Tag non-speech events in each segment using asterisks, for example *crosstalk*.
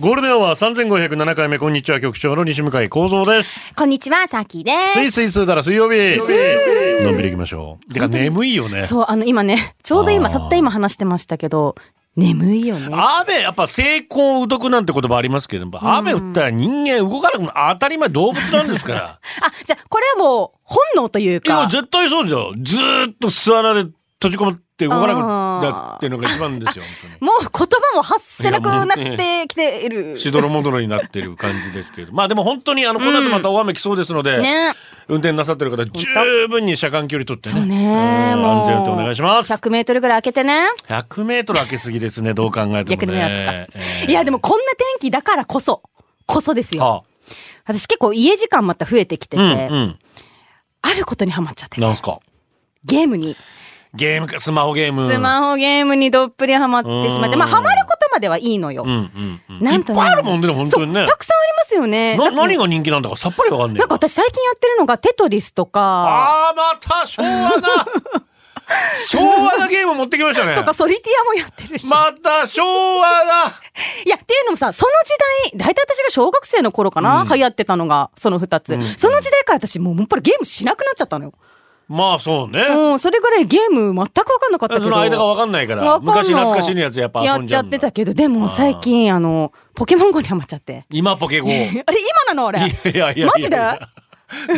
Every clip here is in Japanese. ゴールデンは3507回目、こんにちは、局長の西向井幸三です。こんにちは、さきでスイスイスーだら水曜日。のんびり行きましょう。てか、眠いよねす。。そう、あの、今ね、ちょうど今、あーたった今話してましたけど、眠いよね。雨、やっぱ成功うどくなんて言葉ありますけれども、雨降ったら人間動かなくなる当たり前動物なんです *laughs* から。あ、じゃあ、これはもう、本能といういや、か。絶対そうですよ。ずーっと巣穴で閉じこもって動かなくなるっていうのが一番ですよ、本当に。もう言葉も発せなくなってきている。しどろもどろになってる感じですけれど。まあでも本当に、あの、この後また大雨来そうですので、ね。運転なさってる方、十分に車間距離取ってね。そうね。うんもう安全運転お願いします。 100メートルぐらい開けてね。 100メートル開けすぎですね、どう考えて逆もにねね。えーいや、でも、こんな天気だからこそ、こそですよ。はあ私結構家時間また増えてきてうんて、うん。あることにハマっちゃっててなんすかゲームに、ゲームか、スマホゲーム。スマホゲームにどっぷりハマってしまっうて、んまあ、ハマることまではいいのよ。うんうんうん。なんといっぱいあるもんね、本当にねそう。たくさんありますよね。なだって何が人気なんだかさっぱりわかんねえ。なんか私最近やってるのがテトリスとか、ああ、また昭和な昭和なゲーム持ってきましたね。とかソリティアもやってるし。また昭和だいや、っていうのもさ、その時代、大体私が小学生の頃かな、流行ってたのが、その二つ、その時代から私もうもっぱらゲームしなくなっちゃったのよ。まあそうね。うん、それぐらいゲーム全くわかんなかったけど。その間がわかんないから。わかんない昔懐かしいやつやっぱや遊っんちじゃゃっうんだてたけど、でも最近、あの、ポケモン GO にハマっちゃって。 *laughs* 今ポケゴー。あれ、今なのあれ。いやいやいやマジで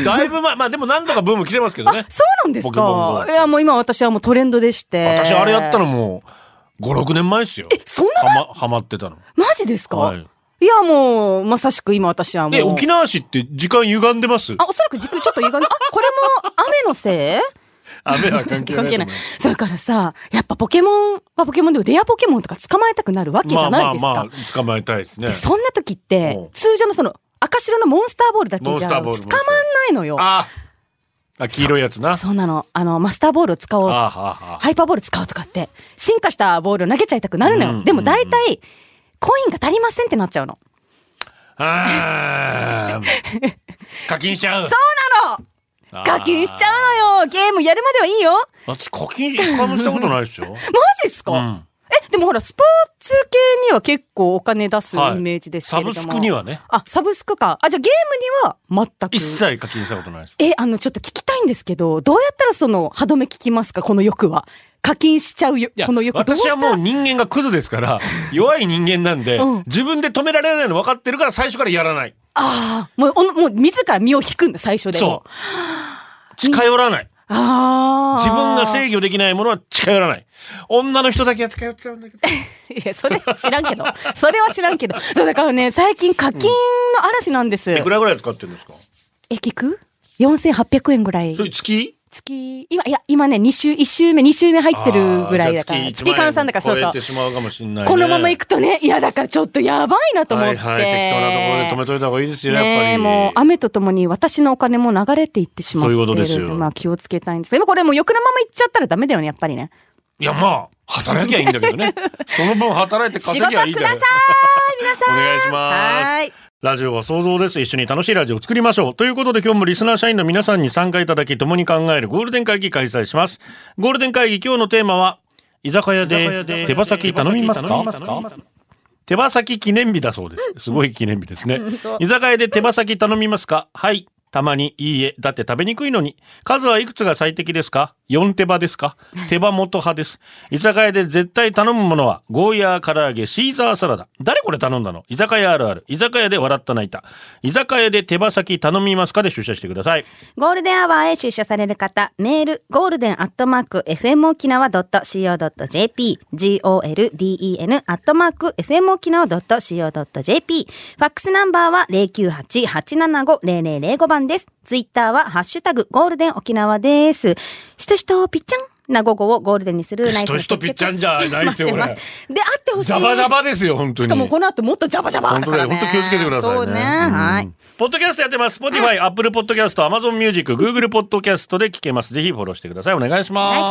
だいぶ前、まあでも何度かブーム来てますけどね。そうなんですポケモンか GO いや、もう今私はもうトレンドでして。私あれやったのもう、5、6年前ですよ。え、そんなはま、はまってたの。マジですか、はいい、や、もう、まさしく今私はもう。え、沖縄市って時間歪んでますあ、おそらく軸ちょっと歪んで、あ、これも雨のせい雨は関係ない関と係思ないいます。。それからさ、やっぱポケモンはポケモンでもレアポケモンとか捕まえたくなるわけじまゃあまないあですか。まあ、捕まえたいですねで。そんな時っうんて、通常のその、赤白のモンスターボールだけモンじスゃター捕ボまーんルないのよ。あ、あ、黄色いやつな。あそうなの。あの、マスターボールを使おう。あ、ハああ。イパーボール使おうとかって、進化したボールを投げちゃいたくなるのうんよ。でも大体、コインが足りませんってなっちゃうの。ああ。 *laughs* 課金しちゃう。そうなあのー課金しちゃうのよゲームやるまではいいよ私課金一回もしたことないですよ。マジっすか、うん。え、でもほら、スポーツ系には結構お金出すイはいメージですけサれどブも、スクに。はね、あ、サブスクか。あ、じゃあゲームには全く。一切課金したことないです。え、あの、ちょっと聞きたいんですけど、どうやったらその歯止め聞きますかこの欲は。課金しちゃうよいや、この欲どう私しはたもうら人間がクズですから、弱い人間なんで、うん自分で止められないの分かってるから最初からやらない。ああ、もう、おもう自ら身を引くんだ、最初で。そうも。近寄らない。ああ。自分が制御できないものは近寄らない。女の人だけは近寄っちゃうんだけど。 *laughs* いや、それ知らんけど。それは知らんけど。そうだからね、最近課金の嵐なんです。いくらぐらい使ってるんですかえ、聞く ?4800 円ぐらいそ。れ月月、今、いや、今ね、2週、1週目、2週目入ってるぐらいだから。あーじゃあ月換算だから、そう一万円超そえうて。しまうかもしんないね。このまま行くとね、いや、だからちょっとやばいなと思って。はいはい、適当なところで止めといた方がいいですよ、やっぱり。ねえもう雨とともに私のお金も流れていってしまっているそういうことですよまあ気をつけたいんですけど、これもう欲のまま行っちゃったらダメだよね、やっぱりね。いや、まあ、働きゃいいんだけど *laughs* ね。その分働いて稼仕ぎ事くゃいいださい、 *laughs* 皆さん。お願いしますはーい。ラジオは想像です。一緒に楽しいラジオを作りましょう。ということで今日もリスナー社員の皆さんに参加いただき、共に考えるゴールデン会議開催します。ゴールデン会議今日のテーマは、居酒屋で手羽先頼みますか手羽先記念日だそうです。すごい記念日ですね。居酒屋で手羽先頼みますかはい。たまに、いいえ。だって食べにくいのに。数はいくつが最適ですか ?4 手羽です *laughs* か手羽元派です。居酒屋で絶対頼むものは、ゴーヤー唐揚げ、シーザーサラダ。誰これ頼んだの居酒屋あるある。居酒屋で笑った泣いた。居酒屋で手羽先頼みますかで出社してください。ゴールデンアワーへ出社される方、メール、ゴールデンアットマーク、fmokinawa.co.jp、golden アットマーク、fmokinawa.co.jp、ファックスナンバーは098-875-0005番です。ツイッターは、ハッシュタグ、ゴールデン沖縄です。しとしと、ぴっちゃん。な午後をゴールデンに *laughs* するナひイスとなひと決ぴっ定ちゃんじゃないですよ、こ待れって。ますで、あってほしジい。ャバジャバですよ、本当に。しかもこの後もっとジャバジャバだ本当かだらよ、ね。本当気をつけてくださいね。そうね。うんはい。。ポッドキャストやってます。Spotify、Apple Podcast、Amazon Music、Google Podcast で聞けます。ぜひフォローしてください。お願いしお願いま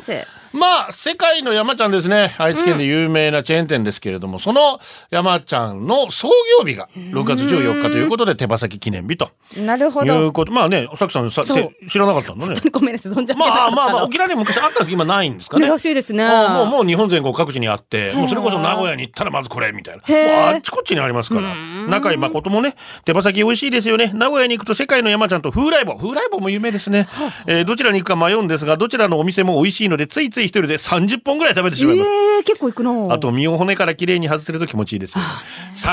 す。します。まあ、世界の山ちゃんですね。愛知県で有名なチェーン店ですけれども、その山ちゃんの創業日が6月14日ということで、手羽先記念日となるほいうど。こと。まあね、さきさんさ、そうて知らなかったのね。ごめんな *laughs* さい、存じ上げまなかあったまあまあ、の沖縄に昔あったんですけど、今ないんですかね。ねらしいですね。ああもうもう日本全国各地にあってもうそれこそ名古屋に行ったらまずこれみたいなへえもうあっちこっちにありますから中井誠もね手羽先美味しいですよね名古屋に行くと世界の山ちゃんと風来坊風来坊も有名ですね、えーどちらに行くか迷うんですがどちらのお店も美味しいのでついつい一人で30本ぐらい食べてしまいます、ええ、結構いくなあと身を骨から綺麗に外せると気持ちいいですよ、ね、30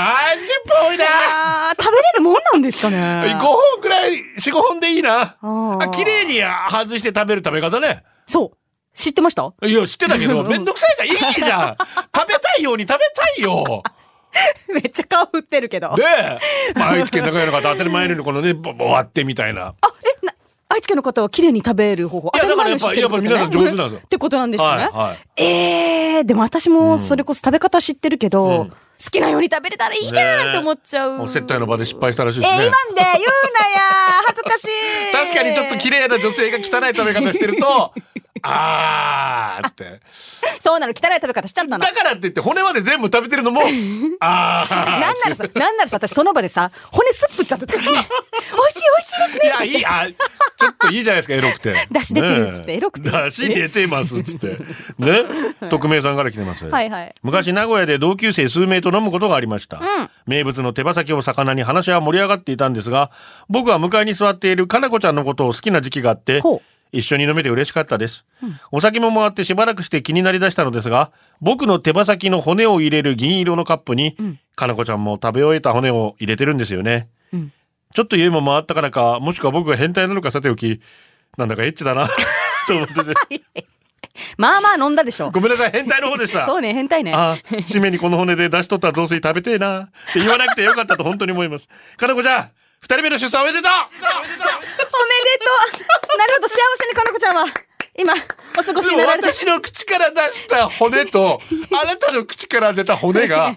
本多いなあー食べれるもんなんですかね。 5本くらい45本でいいなあーあ綺麗に外して食べる食べ方ねそう。知ってましたいや知ってたけうどんめんどくさいじゃんいいじゃん食べたいように食べたいよめっちゃ顔振ってるけど。で、まあ、愛知県高山の方当たり前のようにこのねぼぼ割ってみたいな。あ、え、な、愛知県の方は綺麗に食べる方法。いや当たり前の知ってるってことねだからやっぱやっぱ皆さん上手なんですよってことなんですよはね。いはいえー、でも私もそれこそ食べ方知ってるけど、うん好きなように食べれたらいいじゃんって思っちゃう。もう接待の場で失敗したらしいえー、で今すんね。。で言うなや恥ずかしい確かにちょっと綺麗な女性が汚い食べ方してると、 *laughs* あーって。そうなの、汚い食べ方しちゃったの。だからって言って骨まで全部食べてるの *laughs* も、あー。なんならさ、なんならさ、私その場でさ、骨すっぷっちゃってた *laughs* からね。美味しい美味しいですいね。や、いい、あ、ちょっといいじゃないですか、エロくて。出汁出てるっつってねえエロくて出汁出てますっつって。ね。匿名さんから来てます。はいはい昔、名古屋で同級生数名と飲むことがありました。名物の手羽先を魚に話は盛り上がっていたんですが、僕は向かいに座っているかなこちゃんのことを好きな時期があってほう、一緒に飲めて嬉しかったです、お酒も回ってしばらくして気になりだしたのですが、僕の手羽先の骨を入れる銀色のカップに、かなこちゃんも食べ終えた骨を入れてるんですよね。ちょっと家も回ったからか、もしくは僕が変態なのかさておき、なんだかエッチだな、と思 *laughs* ってて。まあまあ飲んだでしょ。ごめんなさい、変態の方でした。そうね、変態ね。ああ、締めにこの骨で出し取った雑炊食べてえな。って言わなくてよかったと本当に思います。かなこちゃん、二人目の出産おめでとうおめでとう。 *laughs* なるほど、幸せにかなこちゃんは、今、お過ごしになられて。私の口から出した骨と、あなたの口から出た骨が、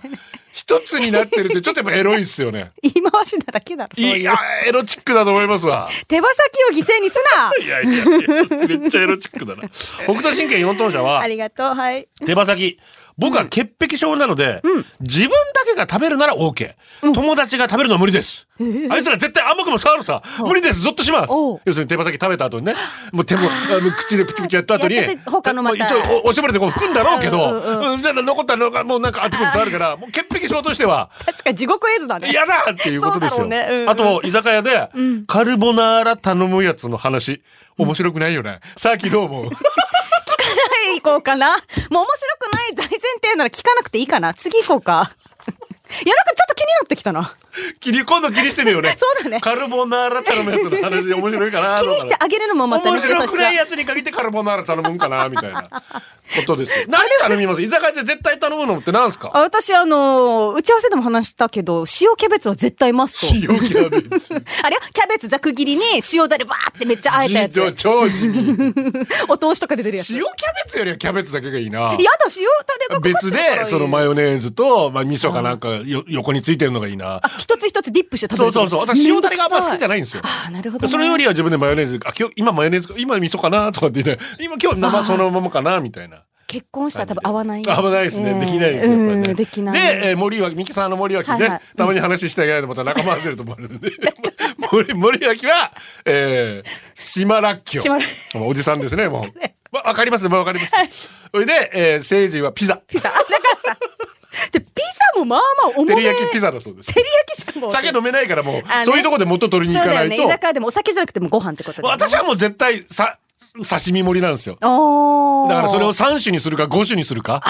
一つになってるって、ちょっとやっぱエロいっすよね。言い回しなだけだろ。そういういや、エロチックだと思いますわ。手羽先を犠牲にすな。いやいやいや、めっちゃエロチックだな。北斗神拳四等車は、ありがとう。はい。手羽先。僕は潔癖症なので、自分だけが食べるなら OK、友達が食べるのは無理です。あいつら絶対暗黙も触るさ。無理です。ゾッとします。おう要するに手羽先食べた後にね、もう手も、あの口でプチプチやった後に、やってて他のまもたう一応おおしぼりでこう含んだろうけど、うんうんうんじゃあ残ったのがもうなんかあっちこっち触る *laughs* から、もう潔癖症としては、確か地獄絵図だね。嫌だっていうことですそよ。うだろうねうんうんあと、居酒屋で、カルボナーラ頼むやつの話、面白くないよ *laughs* ね。さっきどう思うはい、行こうかな。もう面白くない大前提なら聞かなくていいかな。次行 *laughs* こうか。いや、なんかちょっと気になってきたな。切り、今度切りしてみようね。 *laughs* そうだねカルボナーラ頼むやつの話面白いかな。気にしてあげるのもまたね、面白くない優しさやつに限ってカルボナーラ頼むんかな、みたい *laughs* なことですよ。何頼みます居酒屋で絶対頼むのって何すかあ私、あのー打ち合わせでも話したけど、塩キャベツは絶対マスト。塩キャベツ。 *laughs* あれよキャベツざく切りに塩だればーってめっちゃあえたやつ。地上超地味。塩キャお通しとか *laughs* で出るやつ。ベツよりはキャベツだけがいいな。やだ、塩だれがかかってる別からいで、いそのマヨネーズと、まあ、味噌かなんかよ横についてるのがいいな。一つ一つディップして食べそうる。そうそう。私、塩タレがあんま好きじゃないんですよ。ああ、なるほど、ね。それよりは自分でマヨネーズ、あ、今日、今マヨネーズか、今味噌かなとかって言って、今今日生そのままかなみたいな。結婚したら多分合わない。危ないですね、えーできないですね、やっぱりうね。んできない。で、えー森脇、三木さんの森脇ね、はいはいたまに話してあげないとまた仲間外れると思われるんで。 *laughs* 森森脇は、えー、島らっきょう島らっ。もうおじさんですね、も *laughs* う。わわかりますね、わかります。それで、えー、聖人はピザ。ピザ。だからさ、で、ピザもまあまあ重照め。り焼きピザだそうです照。り焼きしかも。酒飲めないからもう、あねそういうとこで元取りにそ行うかだなよいね。と。居酒屋でもお酒じゃなくてもご飯ってことで、ね。私はもう絶対、さ、刺身盛りなんですよ。おー。だからそれを3種にするか5種にするか、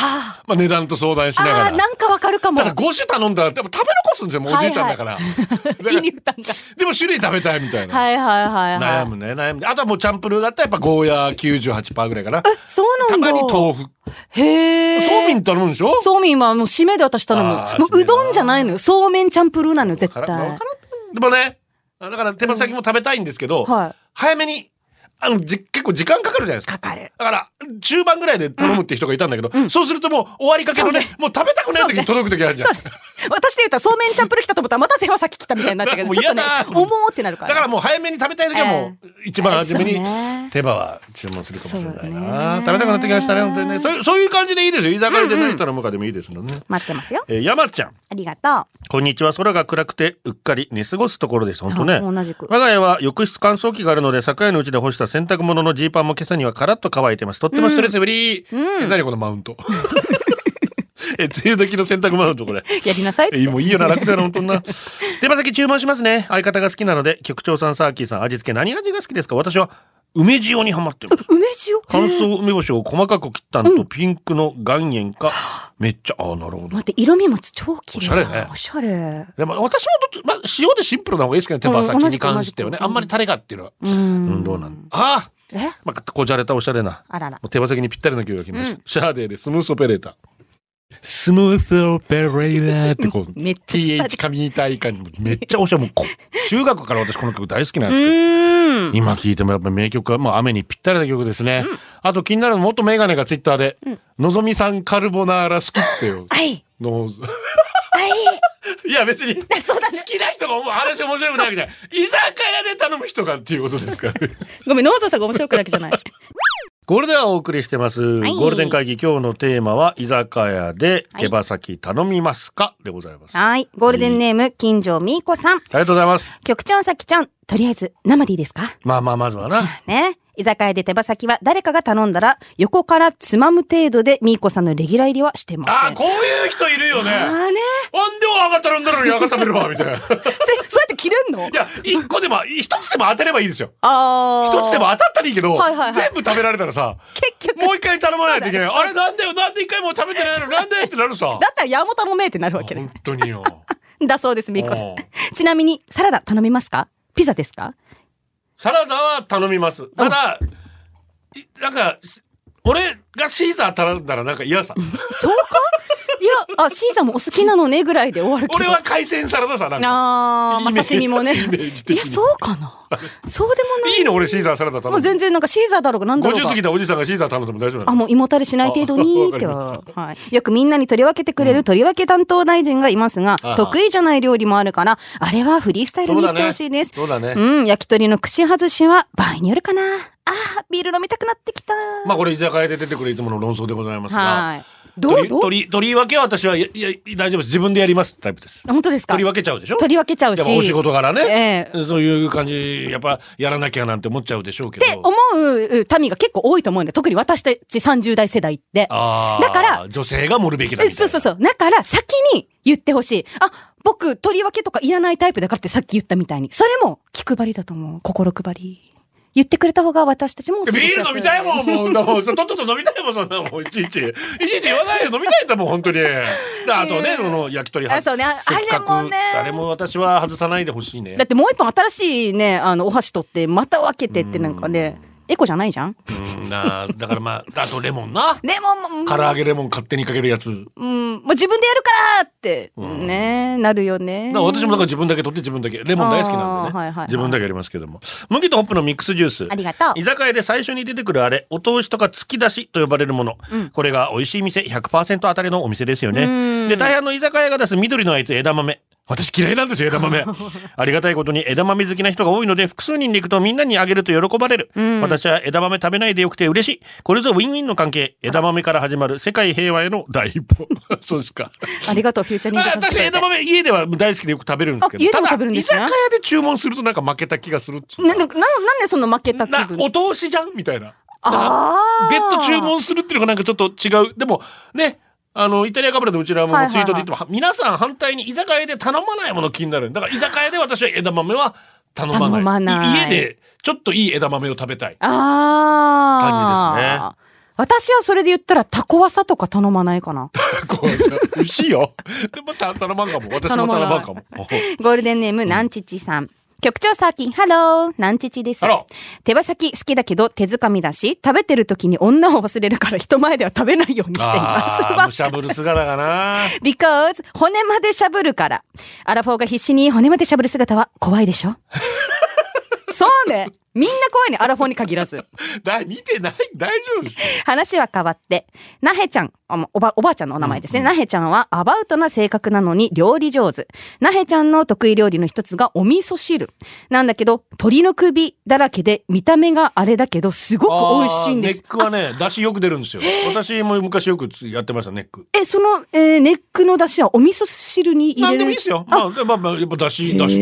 まあ値段と相談しながあらー、。なんかわかるかも。ただ5種頼んだら、でも食べ残すんですよ、もうおじいちゃんだから。だからいい *laughs* 歌が。でも種類食べたいみたいな。はいはいはいはい。悩むね、悩むね。あとはもうチャンプルーだったらやっぱゴーヤー98%ぐらいかな。そうなたんまだ。に豆腐。へえ。そうめん。頼むんでしょそうめんはもう締めで私頼む。あーもう締めうだなどんじゃないのよ。そうめんチャンプルーなのよ、絶わからんわ対か。らんでもね、だから手羽先も食べたいんですけど、はい。早めに、あの、じ、結構時間かかるじゃないですか。かかる。だから、中盤ぐらいで頼むって人がいたんだけど、そうするともう終わりかけのね、もう食べたくない時に届く時あるじゃん。そうね私で言うとそうめんチャンプル来たと思ったらまた手羽先来たみたいになっちゃうけどもうちょっ嫌とねだ重ーってなるかだらからもう早めに食べたい時はもう、一番初めにそうね手羽は注文するかもしれないそうな。ね食べたくなってきましたね、本当にね。そういう、そういう感じでいいですよ。居酒屋でないたらもかでもいいですもんね。待ってますよえー山ちゃん。ありがとこんにちは。空が暗くて、うっかり寝過ごすところです。本当ね。あ同じく我が家は浴室乾燥機があるので、昨夜のうちで干した洗濯物のジーパンも今朝にはカラッと乾いてます。とってもストレスぶり、え何このマウン *laughs* ト。え、梅雨時の洗濯マウント、これ。うやりなさいっえ *laughs* ていいもういいよな、楽だな、本当に *laughs* な。手羽先注文しますね。相方が好きなので、局長さん、サーキーさん、味付け何味が好きですか私は、梅塩にハマってます。梅塩乾燥梅干しを細かく切ったのと、ピンクの岩塩か、めっちゃ、ああ、なるほど待。って色味も超綺麗じおしゃれゃねんおしゃれでも私もどっち、まあ、塩でシンプルな方がいいですけどね、手羽先うん同にじく関してはね同じ。くあんまりタレがっていうのは。ううん、んどうなんああえまあ、こじゃれたおしゃれな。あららもう手羽先にぴったりの曲が来ました。うんシャーデーでスムースオペレーター。スムースオペレーターってこう、 *laughs* めっちゃ近い TH 神体感にめっちゃおしゃれ。もう *laughs* こ、中学から私この曲大好きなんうですけど。ーん今聴いてもやっぱ名曲は、もう雨にぴったりな曲ですね。あと気になるのは元メガネがツイッターで、のぞみさんカルボナーラ好きっていうはいのを *laughs* いや別に、そうだね好きな人が思う話面白くないわけじゃない。居酒屋で頼む人がっていうことですからね。ごめんノーザさんが面白くだけじゃないゴールデンはお送りしてます。いゴールデン会議今日のテーマは居酒屋ではい手羽先頼みますか、でございます。あはいゴールデンネーム金城美衣子さんりがとうございます。局長さきちゃんとりあえず生でいいですかまあまあまずはな。ね居酒屋で手羽先は誰かが頼んだら横からつまむ程度でみーこさんのレギュラー入りはしてませんああ、こういう人いるよね。なあんー *laughs* ねでおが頼んだのにあが食べるわ、みたいな。いせそうやって切れんのや、一個でも、一つでも当てればいいですよ。ああ一つでも当たったらいいけど、はいはいはい全部食べられたらさ、結局もう一回頼まないといけない。あれなんだよ、なんで一回も食べてないの、なんだよってなるさ。だったら山本もめえってなるわけね本当によ。だそうですみーこさおーんちなみにサラダ頼みますかピザですかサラダは頼みます。ただ、いなんか、し俺がシーザー頼んだらなんか嫌さ。そうかいやあシーザーもお好きなのねぐらいで終わるけ *laughs* ど俺は海鮮サラダさ、なんか。あー、まイあメージ刺身もねイメージい的にやそうかなそうでもないいいの俺シーザーサラダ頼もうむ。全然なんかシーザーだろうがなんだろう50が過ぎたおじさんがシーザー頼んでも大丈夫なあ、のもう胃もたれしない程度にってあわかは、はい。よくみんなに取り分けてくれる取り分け担当大臣がいますがああ、得意じゃない料理もあるから、あれはフリースタイルにしてほしいです。そうだね。うん、焼き鳥の串外しは場合によるかな。ああ、ビール飲みたくなってきた。まあこれ居酒屋で出てくるいつもの論争でございますはが。い。どう取りどう取り、取り分けは私はいや、いや、大丈夫です。自分でやりますタイプです。本当ですか取り分けちゃうでしょ取り分けちゃうやし。っぱお仕事っ柄ね、えそういう感じ、やっぱやらなきゃなんて思っちゃうでしょうけど。て思う民が結構多いと思うんで、特に私たち30代世代って。ああ。だから女性が盛るべきだみたいな。えそうそうそう。だから先に言ってほしい。あ、僕、取り分けとかいらないタイプだからってさっき言ったみたいに。それも気配りだと思う。心配り。言ってくれた方が私たちも過ごしやビすール飲みたいもん、もう、もう、とっとと飲みたいもん、そんなもん、いちいち。いちいち言わないよ、飲みたいんだもん、本当に。であとね、その、焼き鳥はあそうねあせっかくあれもねあれも私は外さないでほしいねだ。ってもう一本新しいね、あの、お箸取って、また分けてってなんかね、エコじゃないじゃんうん、なだからまあ、あとレモンな。レモンも、唐揚げレモン勝手にかけるやつ。うん、もう自分でやるからって、ね、なるよね。だから私もだから自分だけ取って自分だけ。レモン大好きなんでね。あーはいはいはい自分だけやりますけども。麦とホップのミックスジュース。ありがとう居酒屋で最初に出てくるあれ、お通しとか突き出しと呼ばれるもの。これが美味しい店100%当たりのお店ですよね。で、大半の居酒屋が出す緑のあいつ枝豆。私嫌いなんですよ、枝 *laughs* 豆。ありがたいことに枝豆好きな人が多いので、複数人で行くとみんなにあげると喜ばれる。私は枝豆食べないでよくて嬉しい。これぞウィンウィンの関係。枝豆から始まる世界平和への第一歩。 *laughs* そうですか。ありがとう、フューチャリングあさせてく私れて枝豆家では大好きでよく食べるんですけどあ家でたもだ食べるんですね居酒屋で注文するとなんか負けた気がするっつうなかな、な、なんでその負けた気な分お通しじゃんみたいなあー別途注文するっていうのがなんかちょっと違うでもねあのイタリアカブラのうちらはいもはいはいツイートで言っても、は皆さん反対に居酒屋で頼まないもの気になるだから居酒屋で私は枝豆は頼まない頼まないい家でちょっといい枝豆を食べた *laughs* いああ。感じですね。私はそれで言ったらタコワサとか頼まないかな。こうさ牛よでもた頼まんか *laughs* も私も頼まんかも *laughs* ゴールデンネーム、なんちちさん。局長サーキン、ハロー、なんちちですハロ。手羽先好きだけど手づかみだし、食べてる時に女を忘れるから人前では食べないようにしていああむます。しゃぶる姿がな because 骨までしゃぶ *laughs* るから。アラフォーが必死に骨までしゃぶる姿は怖いでしょそうね。みんな怖いね、アラフォーに限らず。だ見てない大丈夫ですよ話は変わって、なへちゃん、あまおば、おばあちゃんのお名前ですね。なへちゃんはアバウトな性格なのに料理上手。なへちゃんの得意料理の一つがお味噌汁。なんだけど、鳥の首だらけで見た目があれだけど、すごく美味しいんであーネすッ。クはね出汁よく出るんですよ私も昔よくやってましたネックえ、その、えーネックの出汁はお味噌汁に入なれんるでもいいですよまあまあまあやっぱ出汁出汁って出て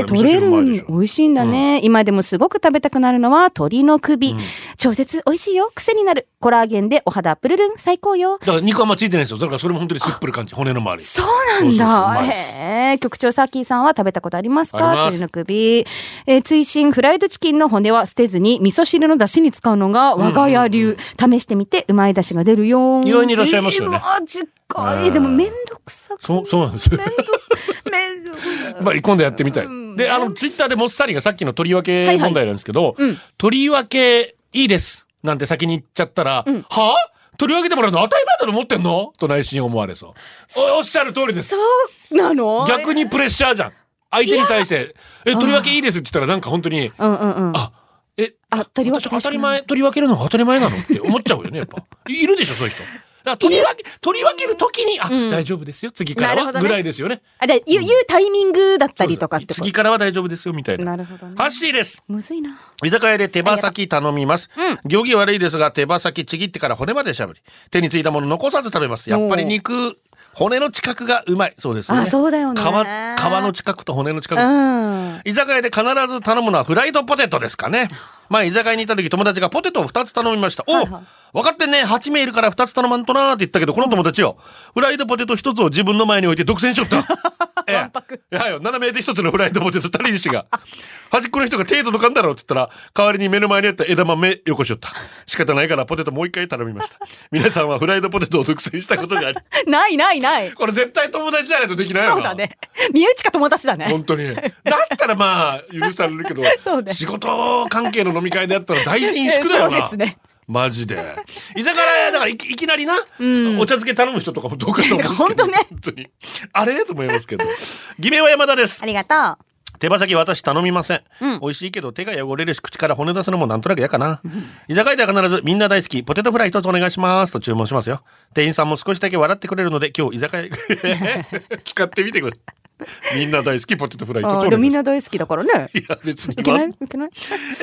るかーら味取噌れ汁るうまいでしんょ美味しいんだね、今でもすごく食べたくなるのは鶏の首、うん超絶美味しいよ癖になるコラーゲンでお肌プルルン最高よだから肉あんまついてないんですよだからそれも本当にすっぷる感じ骨の周りそうなんそうそうそううまだいですへえ局長サーキーさんは食べたことありますあかります鶏の首、えー追伸フライドチキンの骨は捨てずに味噌汁の出汁に使うのが我が家流、試してみてうまい出汁が出るよ意外にいらっしゃいますよねえーマジか、えうんでもめんどくさくそうそうなんです *laughs* めんどくめんどくまあ、今度やってみたい。うんで、あの、ツイッターでもっさりがさっきのとりわけはいはい問題なんですけど、うんとりわけいいですなんて先に言っちゃったら、うはんぁとりわけてもらうの当たり前だと思ってんのと内心思われそう。おおっしゃる通りですそ。うなの逆にプレッシャーじゃん。相手に対して、え、とりわけいいですって言ったらなんか本当に、うんうんうん。あえ、あ、取り分私け当たり前、取り分けるのが当たり前なの *laughs* って思っちゃうよね、やっぱ。いいるでしょ、そういう人。だから取り分け、取り分けるときに、あ、うん大丈夫ですよ、次かなるらほは、どねぐらいですよね。あ、じゃあ、言う言うタイミングだったりとかってこ次からは大丈夫ですよ、みたいと。な。なるほどね。ハッシーです。むずいな。居酒屋で手羽先頼みます。行儀悪いですが、手羽先ちぎってから骨までしゃぶり。手についたもの残さず食べます。やっぱり肉、骨の近くがうまい。そうですよね。あ、そうだよね。皮、皮の近くと骨の近く。うん。居酒屋で必ず頼むのはフライドポテトですかね。前居酒屋にいた時友達がポテトを2つ頼みました。おう、はいはい分かってんね。8名いるから2つ頼まんとなーって言ったけど、この友達よ。フライドポテト1つを自分の前に置いて独占しよ *laughs* った。ええ。いやよ、7名で1つのフライドポテト足りんしが。端っこの人が手届かんだろうって言ったら、代わりに目の前にあった枝豆よこしよった。仕方ないからポテトもう一回頼みました。皆さんはフライドポテトを独占したことがあり。ないないない。これ絶対友達じゃないとできないよな。 *laughs* そうだね。身内か友達だね。本当に。だったらまあ、許されるけど、 *laughs* そうね仕事関係の飲み会でやったら大品縮だよな。 *laughs* そうですね。マジで。居酒屋、だからいきいきなりな、お茶漬け頼む人とかもどうかと思うんですけど。 *laughs* 本当ね本当に。あれと思いますけど。偽名は山田ですあ。りがと手羽先私頼みません、うん美味しいけど手が汚れるし口から骨出すのもなんとなく嫌かな、居酒屋では必ずみんな大好きポテトフライ一つお願いしますと注文しますよ店員さんも少しだけ笑ってくれるので今日居 *laughs* *laughs* 酒屋使ってみてくださいみんな大好きポテトフライう。一つおあ願ーいでもみんしまな大好きだからねす。いや別にいけないいけない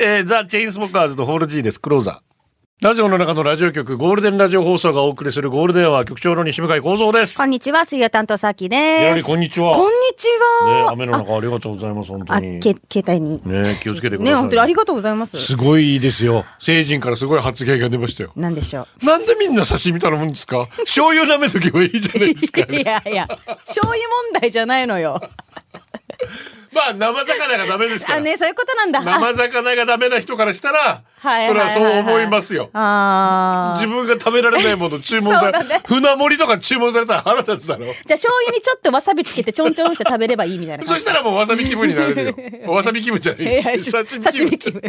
えーザ・チェインスモーカーズのホール G です。クローザー。ラジオの中のラジオ局、ゴールデンラジオ放送がお送りするゴールデンは局長の西向井幸三です。こんにちは、水曜担当サーキーやはでりす。こんにちは。こんにちは。ね、雨の中ありがとうございます、本当あ、に。け携帯に。ね、気をつけてください。ね、本当にありがとうございます。すごいいいですよ。成人からすごい発言が出ましたよ。なんでしょう。なんでみんな刺身頼むんですか醤油舐めとけばいいじゃないですか、いやいや、醤油問題じゃないのよ。 *laughs* まあ、生魚がダメですかあ、ら。ね、そういうことなんだ。生魚がダメな人からしたら、そはいはいれはいははいそう思いますよ。ああ自。分が食べられないも *laughs* の注文され、そうだね船盛りとか注文されたら腹立つだろじゃあ醤油にちょっとわさびつけてちょんちょんして食べればいいみたいなそ感したらもうわさび気分になれ *laughs* るよわさび気分じゃないじ。刺刺身気身分気分。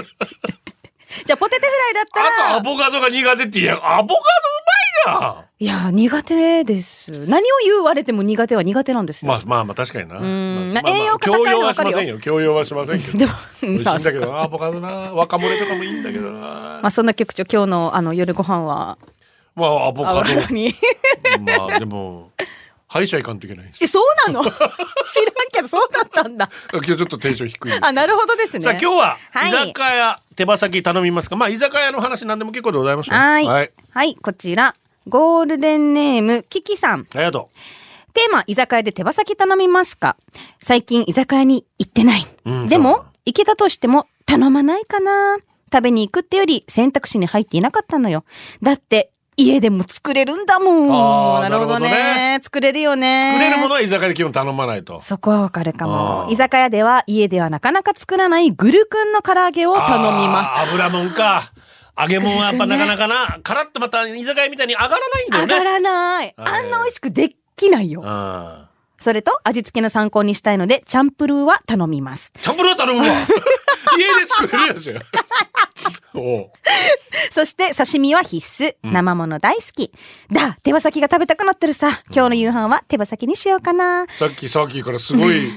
じゃあポテトフライだったあとら。アボカドが苦手っていやアボカドうまいないや、苦手です。何を言われても苦手は苦手なんですよ。まあまあまあ確かになうんまあまあ栄養価強高い要のはわしかまるよせんよ強要はしませんけどでも、美味しまいあんだけどなアボカドな若漏れとかもいいんだけどなまあそんな局長、今日のあの夜ご飯は、まあアボカ油ド *laughs* に。まあでも歯医者行かんといけないですえ、そうなの知らんけど、そうだったんだ。今日ちょっとテンション低いんですあ、なるほどですね。さあ今日ははい居酒屋、手羽先頼みますかまあ居酒屋の話何でも結構でございますよはいはいはい、こちら。ゴールデンネーム、キキさん。ありがとテーマ、居酒屋で手羽先頼みますか最近居酒屋に行ってない。うんでそうも、行けたとしても頼まないかな食べに行くってより選択肢に入っていなかったのよ。だって、家でも作れるんだもん。あーねなるほどね作れるようね。作れるものは居酒屋で基本頼まないとそこはわかるかもあ。ー居酒屋では家ではなかなか作らないグルクンの唐揚げを頼みます。あー油もんか揚げもんはやっぱなかなかなカラッとまた居酒屋みたいに上がらないんだよ上ねがらない。はいあんな美味しくできないよ。あそれと味付けの参考にしたいので、チャンプルーは頼みます。 *laughs* ーチャンプルーは頼むわ家で作れるやつよ *laughs* おうそして刺身は必須。うん生もの大好き。だ、手羽先が食べたくなってるさ。今日の夕飯は手羽先にしようかな。さっきさっきからすご *laughs* い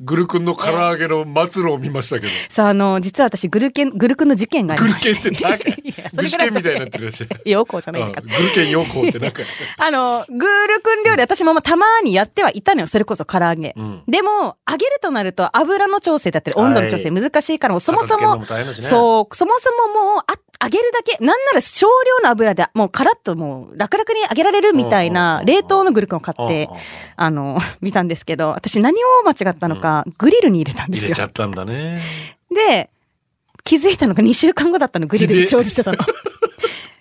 グル君の唐揚げの末路を見ましたけどさあ、あの、実は私、グルケン、グルクンの受験がありグルまケしンってて。なんかい *laughs* やそ具れ志ぐら堅みたいになってる *laughs* らしい陽光じゃうんなグいかル。ケン四皇って *laughs* なんかあの、グルクン料理、私もまあたまにやってはいたのよ。それこそ唐揚げ。んでも、揚げるとなると油の調整だったり、温度の調整難しいから、もうそもそも、うそう、そもそももう、あ、揚げるだけ、なんなら少量の油で、もうカラッともう、楽々に揚げられるみたいうんうんうんう、なん冷凍のグルクンを買って、あの、 *laughs* 見たんですけど、私何を間違ったのか、グリルに入れたんで入すれよち。ゃったんだね *laughs* で、気づいたのが2週間後だったの、グリルひでえで調 *laughs* 理してたの。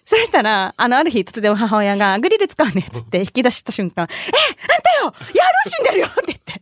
そしたら、あの、ある日突然母親が、グリル使うねっつって引き出した *laughs* 瞬間、え、あんたよ野郎死んでるよって言って、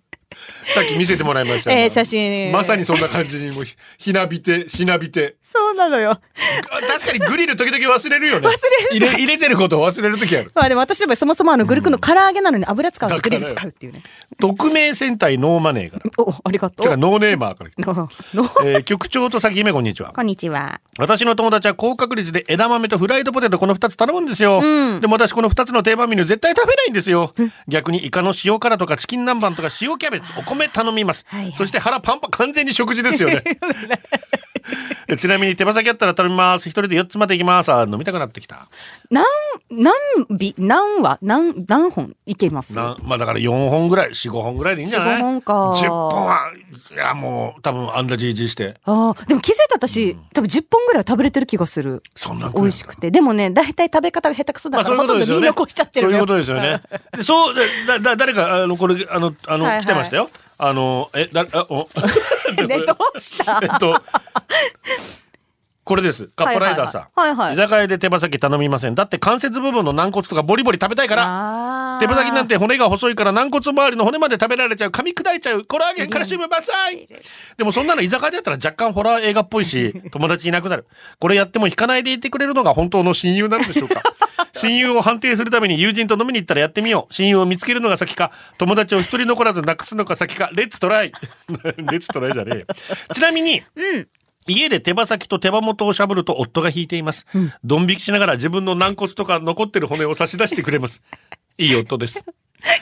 さっき見せてもらいましたがえー写真。まさにそんな感じにもうひひなびてしなびてそうなのよ。 *laughs* あ確かにグリル時々忘れるよね忘れ入れ入れてることを忘れる時あるまあでも私の場合、そもそもあの、グルクンの唐揚げなのに油使うだとかグらリよル使うっていうね。匿名戦隊ノーマネーからお、ありがつとかう。ノーネーマーから来て、 *laughs* の、の、えー局長と咲姫こんにちはこんにちは。私の友達は高確率で枝豆とフライドポテトこの2つ頼むんですよ、うんでも私この2つの定番メニュー絶対食べないんですよ逆にイカの塩辛とかチキン南蛮とか塩キャベツお米頼みます、はいはいそして腹パンパン完全に食事ですよ *laughs* ねえ *laughs* ちなみに手羽先あったら頼みます一人で4つまでいきますあー飲みたくなってきた何、何尾、何話、何、何本いけますなんまあだから4本ぐらい45本ぐらいでいいんじゃない4 5本か10本はいやもう多分あんだじいじしてああ、でも気づいた私、多分10本ぐらい食べれてる気がする。そんな美味しくて。でもね、大体食べ方が下手くそだから、まあほとんど見残しちゃってそるういのうよことですよ *laughs* ね。でそうでだだ誰かあのこれあのあの、はいはい来てましたよ。あのえだあお *laughs* *laughs* ね、どうしたえっとこれです。カッパライダーさん。はいはいはいはいはい居酒屋で手羽先頼みません。だって関節部分の軟骨とかボリボリ食べたいから。あ *laughs* ー手羽先なんて骨が細いから軟骨周りの骨まで食べられちゃう噛み砕いちゃうコラーゲンカルシウムバツアイでもそんなの居酒屋でやったら若干ホラー映画っぽいし友達いなくなるこれやっても引かないでいてくれるのが本当の親友なのでしょうか親友を判定するために友人と飲みに行ったらやってみよう親友を見つけるのが先か友達を一人残らずなくすのが先かレッツトライ *laughs* レッツトライじゃねえよちなみに、家で手羽先と手羽元をしゃぶると夫が引いています。ドン引きしながら自分の軟骨とか残ってる骨を差し出してくれます。いい夫 *laughs* です。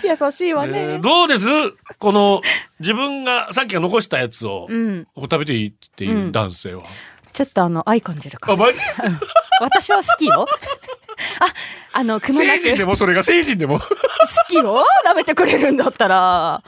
優しいわね。えーどうですこの自分がさっきが残したやつを、うん。ここ食べていいっていう男性は。ちょっとあの、愛感じるかあ、もマジ私は好きよ。 *laughs* あ、あの、くまな成く人で好もそれが成人でも。きよ舐めてくれるんだったら、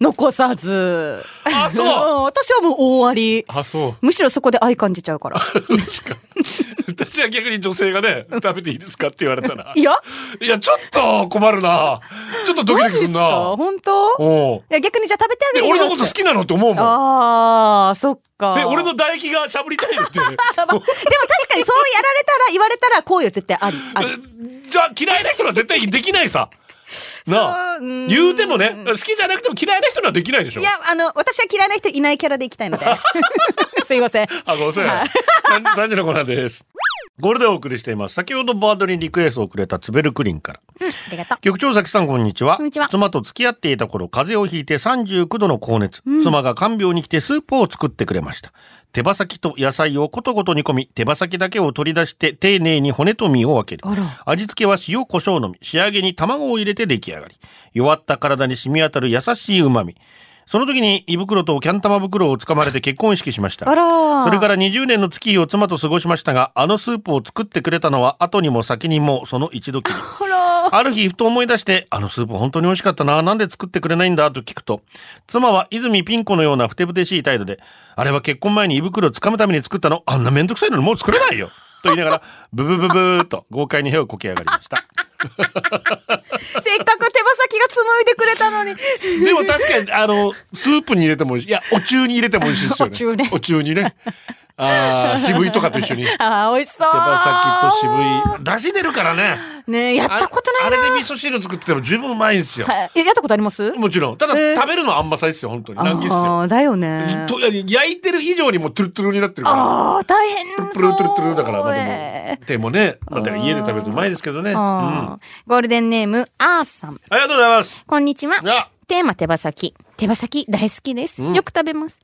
残さず。あそうん私 *laughs* はもう大あり。あ、そう。むしろそこで愛感じちゃ *laughs* うから。そうですか。 *laughs* 私は逆に女性がね、食べていいですかって言われたら。いや、いや、ちょっと困るな。ちょっとドキドマキジすでんすなか。本当おういや、逆にじゃあ食べてあげでるよ俺のこと好きなのって思うもん。ああ、そっか。で、俺のあ唾液がしゃぶりたいの *laughs* って。まあ *laughs* でも確かにそうやられたら、言われたら、好意は絶対あり。あり。えじゃあ嫌いな人は絶対できないさ。なあ。そううん言うてもね、好きじゃなくても嫌いな人にはできないでしょい。や、あの、私は嫌いな人いないキャラでいきたいので。 *laughs* すいません。あ、ごめんなさいはい三時三時のコーナーです。ゴールでお送りしています。先ほどバードにリクエストをくれたツベルクリンから。ありがとう。局長崎さんこんにちは。こんにちは妻と付き合っていた頃、風邪をひいて39度の高熱。妻が看病に来てスープを作ってくれました。手羽先と野菜をことごと煮込み、手羽先だけを取り出して丁寧に骨と身を分ける。あら。味付けは塩胡椒のみ、仕上げに卵を入れて出来上がり。弱った体に染み渡る優しい旨味。その時に胃袋とキャン玉袋を掴まれて結婚式しました。あら。それから20年の月日を妻と過ごしましたが、あのスープを作ってくれたのは後にも先にもその一 *laughs* 度きり。あら。ある日、ふと思い出して、あのスープ本当に美味しかったな、なんで作ってくれないんだと聞くと、妻は泉ピン子のようなふてぶてしい態度で、あれは結婚前に胃袋をつかむために作ったの、あんなめんどくさいのにもう作れないよと言いながら、ブブブブーっと豪快に部屋をこき上がりました。 *laughs* せっかく手羽先が紡いでくれたのに。でも確かに、あの、スープに入れても美味しい。いや、お中に入れても美味しいですよね。お中ねお中にね。ああ、渋いとかと一緒に。手ああ、美味しそう。羽先と渋い。出汁出るからね。い。ねえやったことないあな。れあれで味噌汁作っても十分うまいんですよ。はいえやったことありますもちろん。ただ、えー食べるのはあんまさいっすよ、本当に。難儀っすよ。あーだよね。と焼いてる以上にもうトゥルトゥルになってるから。ああ、大変そう。プルトゥルトゥルだから、まあでえも。でもね、まあだから家で食べるとうまいですけどね。うん。ああーゴールデンネーム、あーさん。りがとうございます。こんにちは。 *laughs* じゃあ、テーマ手羽先。手羽先大好きです。うんよく食べます。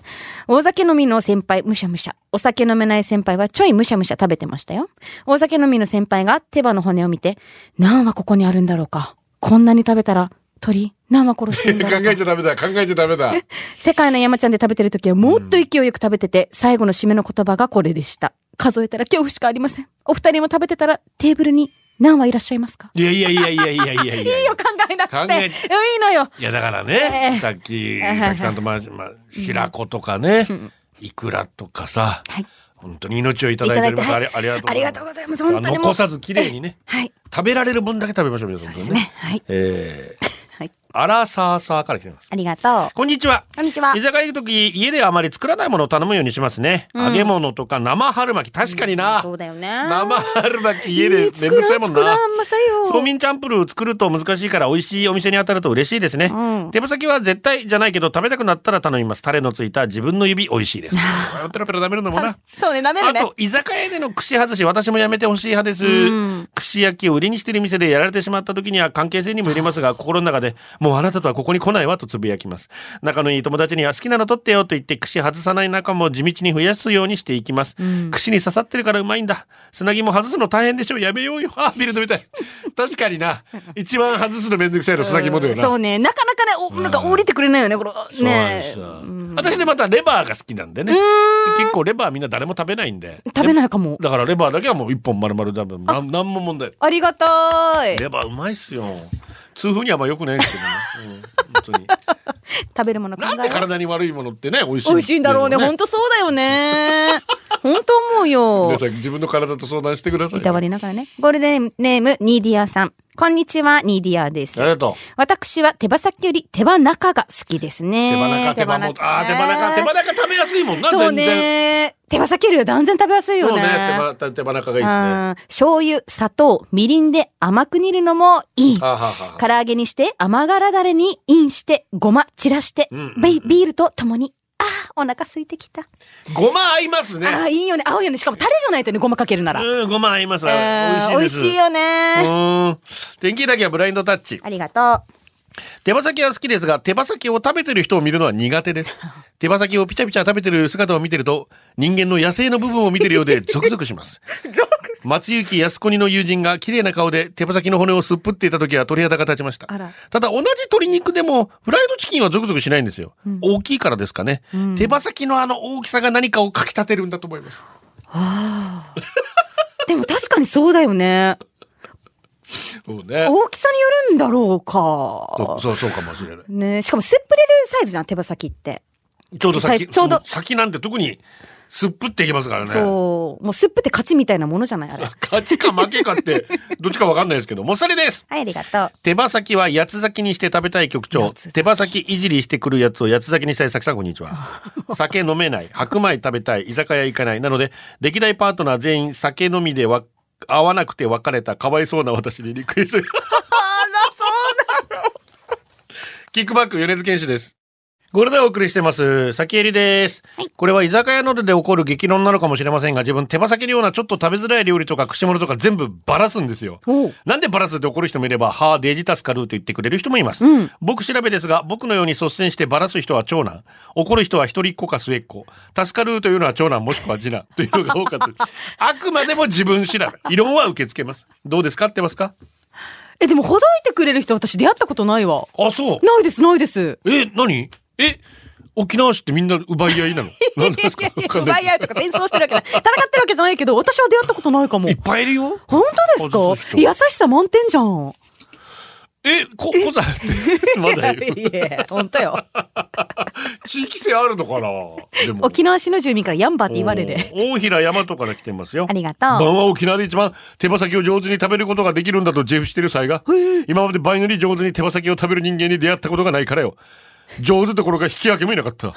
大酒飲みの先輩、むしゃむしゃ。お酒飲めない先輩はちょいむしゃむしゃ食べてましたよ。大酒飲みの先輩が手羽の骨を見て、何羽ここにあるんだろうか。こんなに食べたら、鳥、何羽殺してるん考だろうかえちゃダメだ考えちゃダメだ世界の山ちゃんで食べてる時はもっと勢いよく食べてて、最後の締めの言葉がこれでした。数えたら恐怖しかありません。お二人も食べてたらテーブルに何羽いらっしゃいますかいやいやいやいやいやいやいいやいよ、考えなくて。考うんいえいのよ。いやだからえねえさっきはいはいさきさんとまあまあ白子とかねいくらとかさはい本当に命をいただいておりますいたあだりありがとうありがとうございます。本当にもう。残さず綺麗にねはい。食べられる分だけ食べましょう皆さんそうですね。はい。えーはい。アラサーサーから来てますありがとう。こんにちはこんにちは居。酒屋行くとき家ではあまり作らないものを頼むようにしますね、うん揚げ物とか生春巻き確かにな、そうだよね。生春巻き家でめん作どくさらいんもん作らなんまさよ。そうみんチャンプルー作ると難しいから美味しいお店に当たると嬉しいですね、うん手羽先は絶対じゃないけど食べたくなったら頼みますタレのついた自分の指美味しいですペロペロ舐めるのもなそうね、舐めるあね。と居酒屋での串外し私もやめてほしい派です、うん串焼きを売りにしてる店でやられてしまった時には関係性にもよりますが心の中で「もうあなたとはここに来ないわ」とつぶやきます仲のいい友達には「好きなの取ってよ」と言って串外さない仲も地道に増やすようにしていきます、うん串に刺さってるからうまいんだ砂肝外すの大変でしょうやめよう *laughs* よあビルドみたい確かにな一番外すのめんどくさいの砂肝だよなそうね、なかなかね、おなんか降りてくれないよね、これ。そうなんでねすようん私でまたレバーが好きなんでね結構レバーみんな誰も食べないんで食べないかも。だからレバーだけはもう一本丸々多分なんなんも問題ありがたい。レバーうまいっすよ痛風にはあんま良くないんですけどね、うん本 *laughs* 当に食べるもの考なんえでよう。体に悪いものってね美味しい美味しいんだろうね。本当そうだよ *laughs* ね。本当思うよ。皆さん自分の体と相談してくださいいたわりながらね。ゴールデンネーム、ニーディアさん。こんにちは、ニーディアですあり。がとう私は手羽先より手羽中が好きですね。手羽中手羽元あー手羽中手羽中食べやすいもんなそう全然ね。手羽先よりは断然食べやすいそうよねね。手羽手羽中がいいですねうん醤油、砂糖、みりんで甘く煮るのもいい。はあはあはあ唐揚げにして甘辛だれにインして、ごま散らして、うんうんうんベイビールとともに。あーお腹空いてきた。ごま合いますねああ、いいよね。合うよね。しかもタレじゃないとね、ごまかけるなら。うんごま合います、うん美美味味しいしでいすよね。うん天気だけはブラインドタッチありがと手羽先は好きですが、手羽先を食べてる人を見るのは苦手 *laughs* です。手羽先をピチャピチャ食べてる姿を見てると、人間の野生の部分を見てるようでゾクゾクし *laughs* ます。松雪靖子にの友人が綺麗な顔で手羽先の骨をすっぷっていた時は鳥肌が立ちました。う。あら。ただ同じ鶏肉でもフライドチキンはゾクゾクしないんですよ。ん大きいからですかね、ん手羽先のあの大きさが何かをかき立てるんだと思います。 *laughs* でも確かにそうだよね。そうね。大きさによるんだろうそかう。そうそうかもしれない。ねしかもすっぷれるサイズじゃん、手羽先って。ちょうどサイ先ズちょうどその先なんて特にすっぷっていきますからね。そう。もうすっぷって勝ちみたいなものじゃない、 *laughs* あれ。はい、勝ちか負けかって、どっちかわかんないですけど、もっさりですありがとう。手羽先は八つ咲きにして食べたい局長八つ咲。き手羽先いじりしてくるやつを八つ咲きにしたい、さきさんこんにち *laughs* は。酒飲めない、白米食べたい、居酒屋行かない。なので、歴代パートナー全員酒飲みでわ合わなくて別れた、かわいそうな私にリクエスト。あら、そうなのキックバック、米津玄師です。これでお送りしてます。先襟です。これは居酒屋などで起こる激論なのかもしれませんが、自分手羽先のようなちょっと食べづらい料理とか串物とか全部ばらすんですよ。おう。なんでバラすって怒る人もいれば、はあ、デジタスカルーと言ってくれる人もいます。うん僕調べですが、僕のように率先してバラす人は長男、怒る人は一人っ子か末っ子、助かるというのは長男もしくは次男 *laughs* というのが多かったです。あくまでも自分調べ。異論は受け付けます。どうですかってますかえ、でも、ほどいてくれる人、私出会ったことないわ。あ、そう。ないです、ないです。え、何え、沖縄市ってみんな奪い合 *laughs* いなの何ですかわかんない奪い合いとか戦争してるわけない。 *laughs* 戦ってるわけじゃないけど、私は出会ったことないかもいっ。ぱいいるよ。本当ですか優しさ満点じゃん。え、こ、こざ *laughs* って、まだいる。いや、本当よ。地域性あるのかなでも沖縄市の住民からヤンバーって言われる。おー大平大和から来てますよ。ありがとう晩は沖縄で一番手羽先を上手に食べることができるんだとジェフしてる際が、今まで倍より上手に手羽先を食べる人間に出会ったことがないからよ。上手どころか引き分けもいなかった。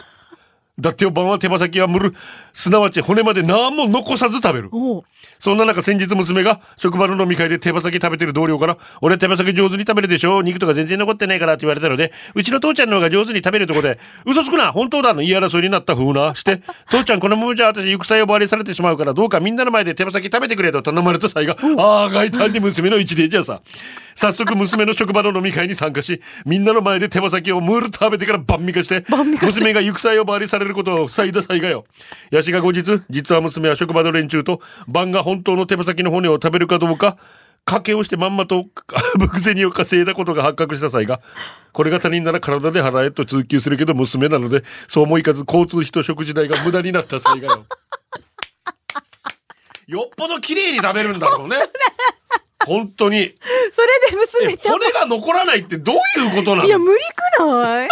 だってよ、晩は手羽先はむる、すなわち骨まで何も残さず食べる。おうそんな中先日娘が職場の飲み会で手羽先食べてる同僚から「俺手羽先上手に食べるでしょ肉とか全然残ってないから」って言われたのでうちの父ちゃんの方が上手に食べるってことで「嘘つくな本当だ」の言い争いになった風なして「父ちゃんこのままじゃ私行く際呼ばわりされてしまうからどうかみんなの前で手羽先食べてくれ」と頼まれた際がああ外単に娘の一例じゃさ早速娘の職場の飲み会に参加しみんなの前で手羽先をムールと食べてから晩味化して娘が行く際を回りされることを塞いだ災害よヤシが後日実は娘は職場の連中と晩が本当の手羽先の骨を食べるかどうか賭けをしてまんまと伏銭を稼いだことが発覚した際がこれが他人なら体で払えと追求するけど娘なのでそうもいかず交通費と食事代が無駄になった際がよよっぽど綺麗に食べるんだろうね本当にそれでえ娘ちゃんも骨が残らないってどういうことなのいや無理くない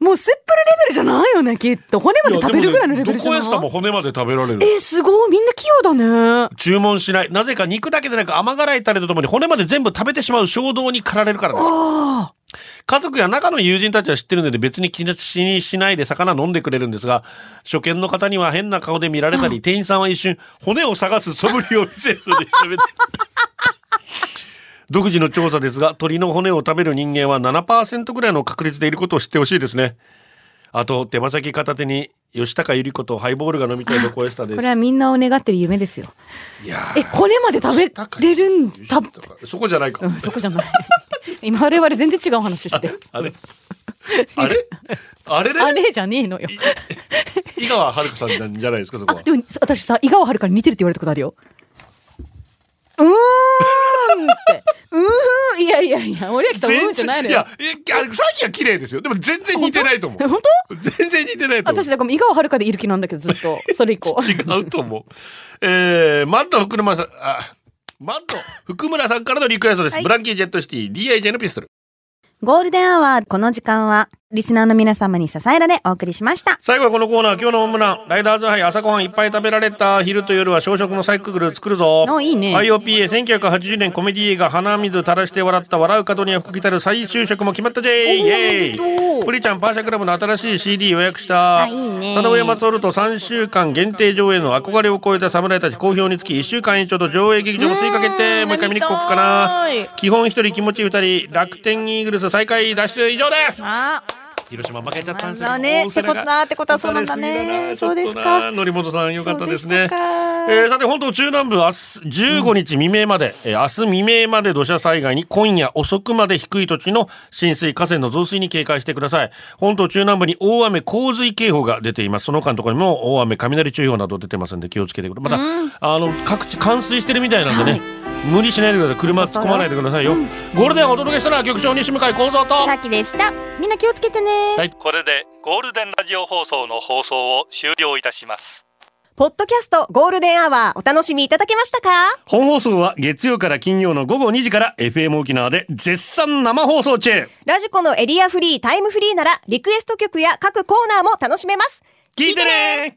もうすっぷるレベルじゃないよねきっと骨まで食べるぐらいのレベルじゃないいやでもねどこやすたも骨まで食べられるえー、すごいみんな器用だね注文しないなぜか肉だけでなく甘辛いタレとともに骨まで全部食べてしまう衝動に駆られるからですあ家族や仲の友人たちは知ってるので別に気にしないで魚飲んでくれるんですが初見の方には変な顔で見られたり店員さんは一瞬骨を探す素振りを見せるので喋って独自の調査ですが鳥の骨を食べる人間は7%ぐらいの確率でいることを知ってほしいですねあと手羽先片手に吉高由里子とハイボールが飲みたい横エスタあでこすれはみんなを願ってる夢ですよいやーえ骨まで食べれるんだそこじゃないか、うんそこじ *laughs* ゃない今我々全然違う話してあれあれあれあれれじゃねえのよ井川遥さんじゃないですかそこあはでも私さ井川遥に似てるって言われたことあるようーんってうーんいやいやいや俺はきっとうーんじゃないのよやえあさっきは綺麗ですよでも全然似てないと思えう本当全然似てないと思う私だから井川遥でいる気なんだけどずっとそれ *laughs* 以降違うと思うえー、マッド福村さんあマッド福村さんからのリクエストです、はいブランキー・ジェット・シティ DIJ のピストルゴールデンアワーこの時間はリスナーの皆様に支えられお送りしました最後はこのコーナー今日のホームランライダーズハイ朝ごはんいっぱい食べられた昼と夜は朝食のサイクル作るぞおいいね IOPA1980 年コメディ映画「鼻水垂らして笑った笑う角には吹きたる」最終色も決まったぜイエーイプリちゃんパーシャクラブの新しい CD 予約したあいいね佐上松ると3週間限定上映の憧れを超えた侍たち好評につき1週間延長と上映劇場も追加決定もう一回見に行こうか見なたい基本1人気持ち2人楽天イーグルス再開脱出以上ですあ広島負けちゃったんですまあねってことなってことはそうなんだね打たれすぎなそうですかちょっとな則本さんよかったですねそうでしたかえーさて本島中南部明日15日未明まで、えー明日未明まで土砂災害に今夜遅くまで低い土地の浸水河川の増水に警戒してください本島中南部に大雨洪水警報が出ていますその他のところにも大雨雷注意報など出てますんで気をつけてくださいまた、あの各地冠水してるみたいなんでね、無理しないでください車突っ込まないでくださいよ、ゴールデンをお届けしたのは局長西向井幸三とさきでしたみんな気をつけてねこれでゴールデンラジオ放送の放送を終了いたしますポッドキャストゴールデンアワーお楽しみいただけましたか本放送は月曜から金曜の午後2時から FM 沖縄で絶賛生放送中ラジコのエリアフリータイムフリーならリクエスト曲や各コーナーも楽しめます聞いてね